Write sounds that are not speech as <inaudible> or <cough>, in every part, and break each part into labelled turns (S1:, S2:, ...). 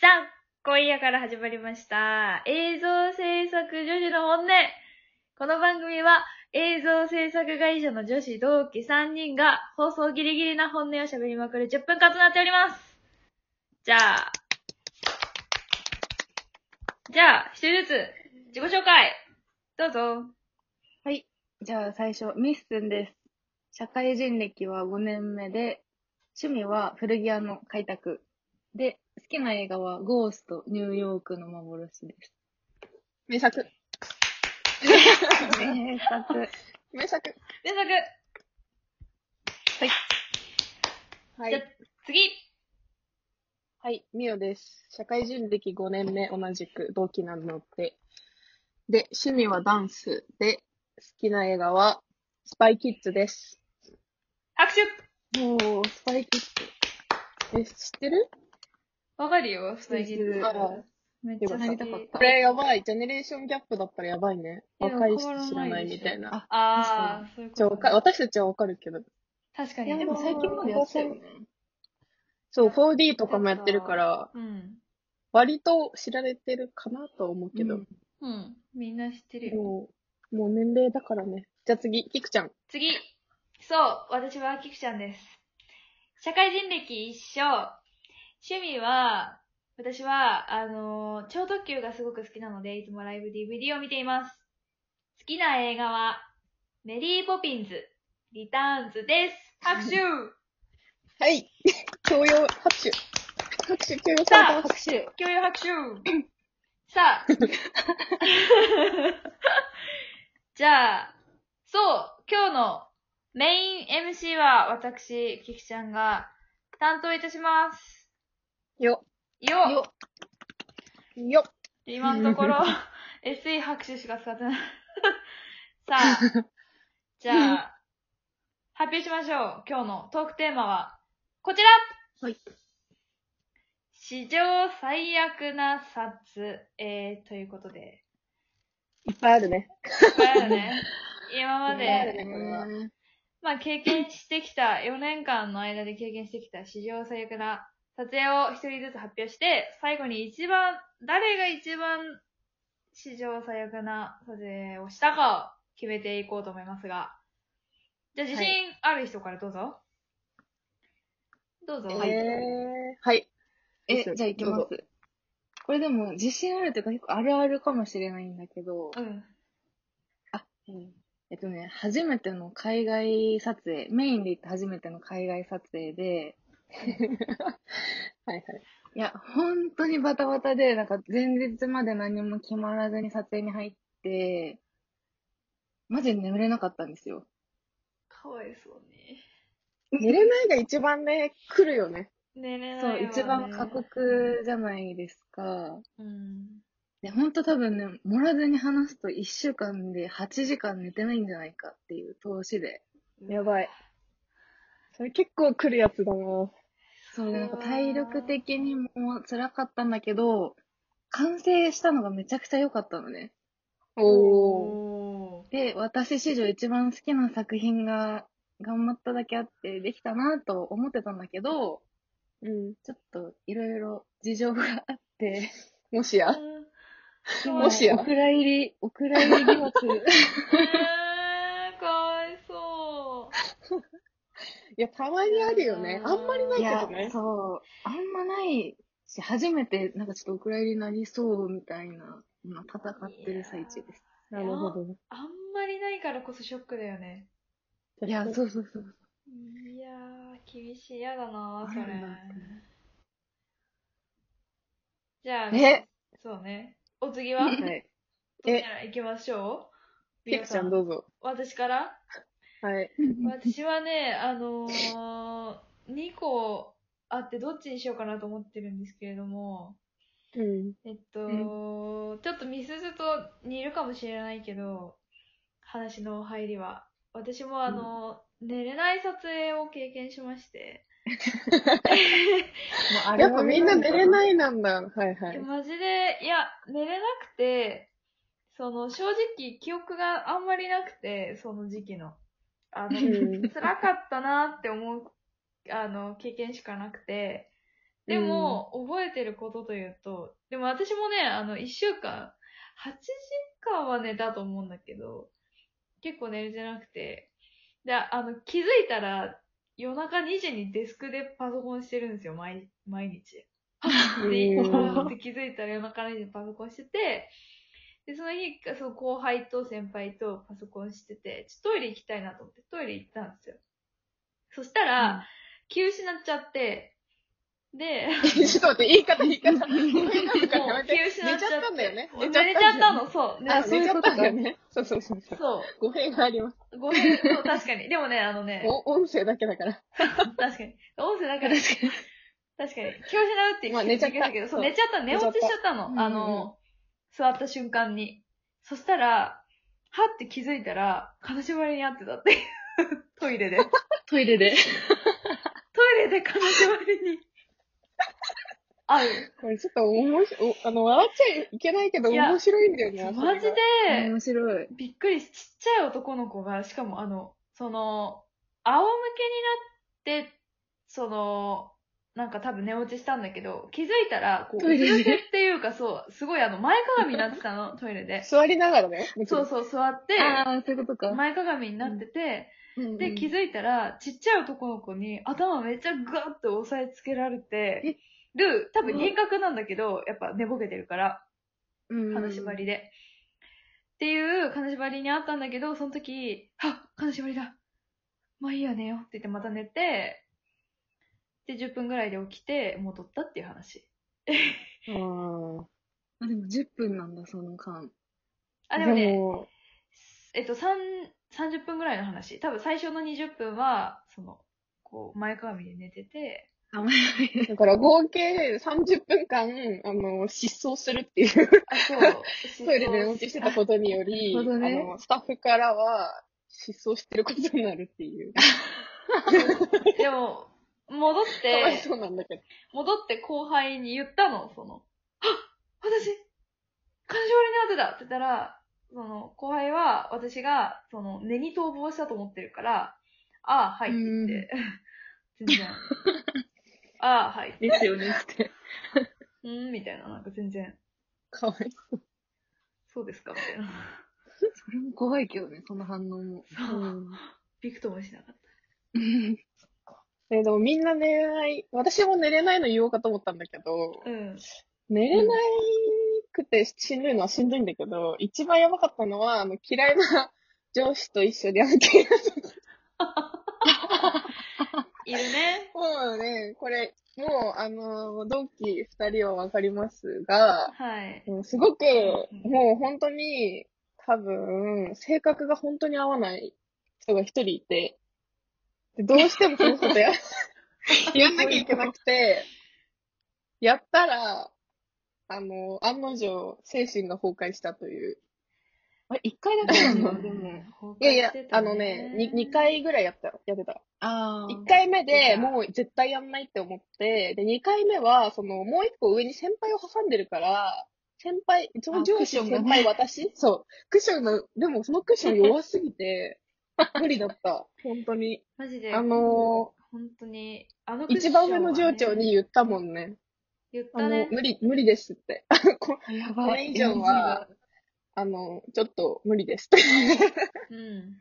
S1: 三今夜から始まりました。映像制作女子の本音この番組は映像制作会社の女子同期3人が放送ギリギリな本音を喋りまくる10分間となっておりますじゃあ、じゃあ、一人ずつ自己紹介どうぞ。
S2: じゃあ最初、ミッスンです。社会人歴は5年目で、趣味は古着屋の開拓。で、好きな映画はゴースト、ニューヨークの幻です。
S3: 名作。
S2: 名作。
S1: 連
S3: 名作。
S1: 作
S3: は
S1: じゃあ
S3: い。、
S1: 次
S3: はい。みおです。社会人歴5年目、同じく同期なので。で、趣味はダンス。で、好きな映画は、スパイキッズです。
S1: 拍手
S3: おー、スパイキッズ。え、知ってる
S1: わかるよ、スパイキッズ
S2: あら
S1: めっちゃ
S3: よか
S1: 好
S3: っ
S1: き
S2: たよかっ
S3: これやばい。ジェネレーションギャップだったらやばいね。
S1: いや
S3: 若い
S1: 変わらない
S3: 人知らないみたい
S2: あ
S3: な。
S1: あー、そういう
S3: じゃあ
S1: こ
S3: わ
S1: と
S3: か。私たちはわかるけど。
S1: 確か
S2: いや、
S1: に。
S2: でも最近までやってたよね。
S3: そう、4D とかもやってるから、
S1: うん。
S3: 割と知られてるかなとは思うけど。
S2: うん
S1: うん。みんな知ってるよ。
S3: もう、もう年齢だからね。じゃあ次、キクちゃん。
S1: 次そう私はキクちゃんです。社会人歴一緒。趣味は、私は、あのー超特急がすごく好きなので、いつもライブ DVD を見ています。好きな映画は、メリーポピンズ、リターンズ <laughs> です。拍手
S3: はい。教養拍手。拍手、教養
S1: されて
S2: 拍手。
S1: 共有拍手 <coughs> さあ。 <laughs> じゃあ、そう、今日のメイン MC は私、キキちゃんが担当いたします。
S3: よ。
S1: よ
S2: よ
S3: よ。
S1: 今のとこ <laughs> ろ、SE 拍手しか使ってない。 <laughs> さあ、じゃあ、発表しましょう。今日のトークテーマは、こちら
S3: はい。
S1: 史上最悪な撮影ということ
S3: <laughs>
S1: で。
S3: いっぱいあるね。
S1: いっぱいあるね。今ま
S3: いっぱいある
S1: で、
S3: ねこれは
S1: まあ経験してきた、4年間の間で経験してきた史上最悪な撮影を一人ずつ発表して、最後に一番、誰が一番史上最悪な撮影をしたかを決めていこうと思いますが、じゃあ自信ある人からどうぞ。どうぞ。
S2: はい
S3: えー、はい。
S2: え、じゃあ行きま
S3: どう
S2: す。これでも自信あるというか結構あるあるかもしれないんだけど、
S1: うん。
S2: えっとね、初めての海外撮影、メインで行った初めての海外撮影で、
S3: はいはい。
S2: いや、本当にバタバタで、なんか前日まで何も決まらずに撮影に入って、マジで眠れなかったんですよ。
S1: かわいそうに。
S3: 寝れないが一番ね、来るよね。
S1: 寝れない
S2: そ
S1: わ
S2: う、
S1: ね
S2: 一番過酷じゃないですか。
S1: うん。
S2: で、本当多分ね、盛らずに話すと1週間で8時間寝てないんじゃないかっていう投資で。
S3: やばい。それ結構来るやつだな。
S2: そうで、なんか
S1: うわー
S2: 体力的にも辛かったんだけど、完成したのがめちゃくちゃ良かったのね。
S3: おー。
S1: おー。
S2: で、私史上一番好きな作品が頑張っただけあってできたなと思ってたんだけど、
S3: うん。
S2: ちょっといろいろ事情があって、
S3: もしや。
S1: うん
S3: もしや
S2: お蔵入り、お蔵入り疑惑。
S1: えー、かわいそ
S3: いや、たまにあるよね。あんまりないいけ
S2: や
S3: どね、。
S2: そう、あんまないし、初めてなんかちょっとお蔵入りになりそうみたいな、今戦ってる最中です。
S1: う。
S3: なるほどね。
S1: あんまりないからこそショックだよね。
S2: いや、そうそうそう。
S1: いやー、厳しい。やだなー、それ
S2: あるな。
S1: じゃあ、
S3: え、
S1: そうね。お次はじ
S2: はい。
S3: え、
S1: ゃあ行きましょう。
S3: キクちゃんどうぞ。
S1: 私から
S3: はい。
S1: 私はね、あのー、2個あってどっちにしようかなと思ってるんですけれども、
S3: うん。
S1: えっと、ちょっとミスズと似るかもしれないけど、話の入りは。私もあの、寝れない撮影を経験しまして。
S3: やっぱみんな寝れ
S2: い。
S3: ないなんだ。はいは
S1: や
S3: いい。
S1: マジで、いや、寝れなくて、その、正直記憶があんまりなくて、その時期の。あの、
S3: うん
S1: 辛かったなって思う、あの、経験しかなくて、でも、覚えてることというと、でも私もね、あの、1週間、8時間は寝たと思うんだけど、結構寝れてなくて、で、あの、気づいたら、夜中2時にデスクでパソコンしてるんですよ、毎毎日。で、
S3: うん
S1: うんって気づいたら夜中2時にパソコンしてて、で、その日、その後輩と先輩とパソコンしてて、ちょっとトイレ行きたいなと思って、トイレ行ったんですよ。そしたら、気失っちゃって、で、
S3: ちょっと待って、言い方、言い方。
S1: <laughs> もう気失っ
S3: <laughs> 寝
S1: ち
S3: ち
S1: ゃ
S3: ゃ
S1: っ
S3: ってたんだよね。
S1: <laughs> 寝ちゃったの、そう。
S2: あ
S1: ね、
S2: そう
S3: 寝
S2: い
S3: ち
S2: う
S3: ゃ
S2: こ
S3: っ
S2: と
S3: たん
S2: か
S3: だよね。そうそうそう。そう
S1: そ
S3: 語弊があります。
S1: う。ごめん、そう、確かに。でもね、あの
S3: <laughs>
S1: ね、
S3: お音声だけだから。
S1: 確かに。音声だから、確かに。確かに。気を失うって
S3: まあ寝ちゃった
S1: けど、そう、
S3: そう
S1: 寝ちゃった。寝落ちしちゃったの。
S2: うん
S1: あの、座った瞬間に。そしたら、はって気づいたら、金縛りにあってたっていう。 <laughs> トイレで。ト
S2: トイレで。
S1: イレで金縛りに。ある。
S3: これちょっと面白い、おあの、笑っちゃいけないけど
S1: いや
S3: 面白いんだよね。あそれが
S1: マジで、
S2: 面白い。
S1: びっくりし、ちっちゃい男の子が、しかもあの、その、仰向けになって、その、なんか多分寝落ちしたんだけど、気づいたら、こう、
S2: トイレで
S1: うつ伏せっていうかそう、すごいあの、前かがみになってたの、トイレで。
S3: 座りながらね。
S1: そうそう、座って、
S2: ああ、そういうことか。
S1: 前かがみになってて、
S3: うん。
S1: で、気づいたら、ちっちゃい男の子に頭めっちゃグワッと押さえつけられてる、多分変角なんだけど、やっぱ寝ぼけてるから。
S2: うん
S1: 金縛りで。っていう金縛りにあったんだけど、その時、あ金縛りだまあいいや寝ようって言ってまた寝て、で、10分ぐらいで起きて戻ったっていう話。
S3: うん。
S2: あ、でも10分なんだ、その間。
S1: あ、でもね、
S3: も、
S1: えっと、三30分ぐらいの話。多分最初の20分は、その、こう、前かがみで寝てて、
S2: あ、前髪で。
S3: だから合計30分間、あの、失踪するっていう、
S1: あ、そう、
S3: <laughs> トイレで寝落ちしてたことにより、
S2: なるほどね
S3: あの、スタッフからは、失踪してることになるっていう。
S1: でも、戻っ
S3: かわい
S1: て、
S3: そうなんだけど。
S1: 戻って後輩に言ったの、その、あ私、感情になってたって言ったら、その、後輩は私が、その、根に逃亡したと思ってるから、ああ、はいって言って、 <laughs> 全
S3: <laughs>
S1: 然、ああ、はい、
S2: ですよね、って。
S1: うーん、みたいな、なんか全然、
S3: かわい
S1: そうですか、みたいな。
S2: それも怖いけどね、その反応も。
S3: そう。うん
S1: びくともしなかっ
S2: うん
S3: えでもみんな寝れない、私も寝れないの言おうかと思ったんだけど
S1: た。、うん。
S3: 寝れないくてしんどいのはしんどいんだけど、一番やばかったのは、あの、嫌いな上司と一緒に案件やって
S1: いるね。
S3: もうね、これ、もう、あの、同期二人はわかりますが、
S1: はい。
S3: うんすごく
S1: う、ん
S3: もう本当に、多分、性格が本当に合わない人が一人いて、でどうしてもそ
S1: <laughs>
S3: のことや、やんなきゃいけなくて、やったら、あの、案の定、精神が崩壊したという。
S2: あれ、一回だけなんだ、
S1: うん
S2: でも。。
S3: いやいや、あのね、に二回ぐらいやった、やってた。
S2: ああ。
S3: 一回目
S1: う
S3: で
S1: ん
S3: もう絶対やんないって思って、で、二回目は、その、もう一個上に先輩を挟んでるから、先輩、その上司、
S2: あクッションが
S3: 先
S2: ね
S3: 輩、私そう。クッションの、でもそのクッション弱すぎて、 <laughs> 無理だった。本当に。
S1: マジで、
S3: あの
S1: 本当に、あの
S3: ー、一番上の上長に言ったもんね。
S1: 言っ
S3: あ
S1: た
S3: の
S1: ね、。
S3: 無理、無理ですって。こ
S2: や
S3: こ
S2: ば
S3: れ
S2: い。
S3: 以上は、あの、ちょっと無理ですって
S1: うん。言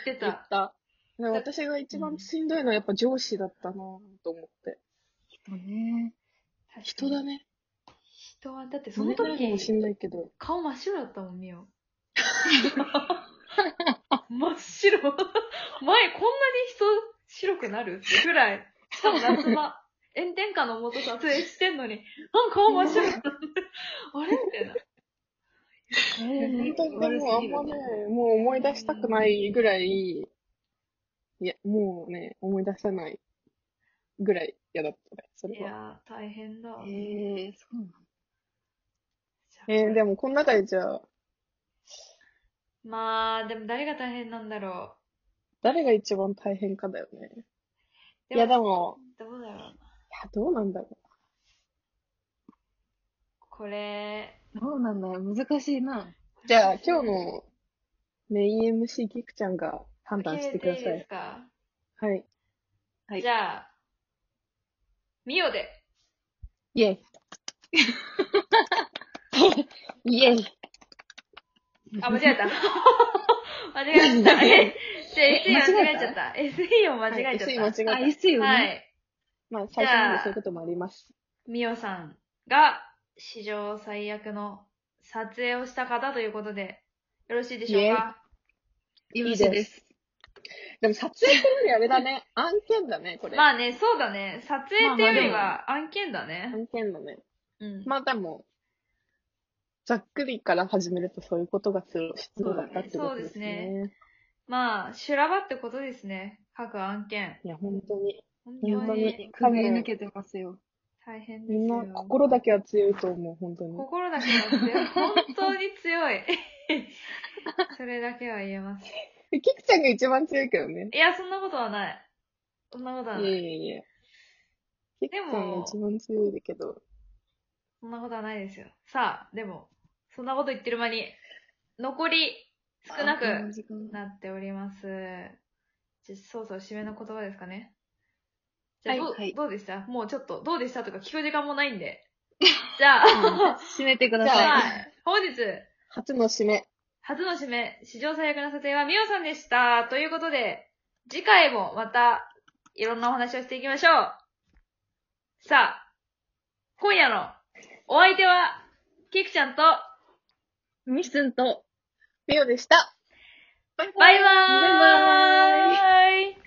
S1: って
S3: 言
S1: た
S3: っ。た。で私が一番しんどいのはやっぱ上司だったなぁと思って。
S2: そうね。
S3: 人だね。
S1: 人は、だってそ
S3: そ
S1: の
S3: の時もしん
S1: 時、
S3: どいけど。
S1: 顔真っ白だったもん、み
S3: <laughs>
S1: よ。真っ白。前、こんなに人白くなるってぐらい。しかも夏場、炎天下のもと撮影してんのに、なんか顔真っ白だった。あれみたいな。
S3: 本当に
S2: 悪
S3: もうあ
S2: すぎ
S3: ん
S2: る
S3: まね、もう思い出したくないぐらい、いや、もうね、思い出せないぐらい嫌だったね、そ
S1: い
S3: れは。
S1: やー、大変だわ。
S2: ええ、そうなんだ。
S3: えーでもこの中でじゃあ、
S1: まあ、でも誰が大変なんだろ
S3: 誰が一番大変かだよね。
S1: う。
S3: いや、で、も、
S1: どうだろうな。
S3: いや、どうなんだろ
S1: これ、
S2: そうなんだよ。難しいな。
S3: う。じゃあ、今日のメイン MC ギクちゃんが判断してくださ
S1: 受け入れていいで
S3: い
S1: す。か
S3: はい。
S2: は
S3: <laughs>
S2: い
S1: じゃあ、ミオで。
S3: イェイ。イェイ。
S1: あ、間違えた。 <laughs> 間違えた。え、 <laughs> じゃあ SE 間違えちゃった。SE を間違えちゃった。
S3: はい SE 間違え
S2: すよ
S1: は。い。
S3: た。まあ、最初なんでそういうこともあります。
S1: ミオさんが史上最悪の撮影をした方ということで、よろしいでしょうか
S2: よろしいです。
S3: でも撮影っていうよりあれだね。案件だね、これ。
S1: まあね、そうだね。撮影っていうよりは案件だね。
S3: 案件だね。
S1: うん。
S3: まあでも、ざっくりから始めるとそういうことがする必要だったってことですね。
S1: そうまあ、修羅場ってことですね。各案件。
S3: いや、本当に。
S1: 本
S3: いや本
S1: 当
S3: 当
S1: に
S3: に。
S2: くぐり抜けてますよ。
S1: 大変で
S3: み
S1: す
S3: ん
S1: よ。
S3: な心だけは強いと思う、本当に。
S1: 心だけは
S2: <laughs>
S1: 強い。本当に強い。 <laughs> それだけは言えます。
S3: えキクちゃんが一番強いけどね。
S1: いや、そんなことはない。そんなことはない
S3: え
S1: い。
S3: いえいえ。キクちゃんが一番強いけど。
S1: そんなことはないですよ。さあ、でも、そんなこと言ってる間に、残り少なく
S2: あこん時間
S1: なっております。じゃあ、そうそう、締めの言葉ですかね。じゃあ、
S2: はい
S1: どう,、
S2: はい
S1: どうでしたもうちょっと、どうでしたとか聞く時間もないん
S2: <laughs>
S1: で。じゃあ、
S2: 締めてくだ
S3: じゃ
S2: さ
S3: あ
S2: い。
S1: はい本日、
S3: 初の締め。
S1: 初の締め、史上最悪の査定はミオさんでした。ということで、次回もまた、いろんなお話をしていきましょう。さあ、今夜のお相手は、キクちゃんと、
S2: ミスンと、
S3: ミオでした。
S1: バイバーイ
S2: バイ
S1: イ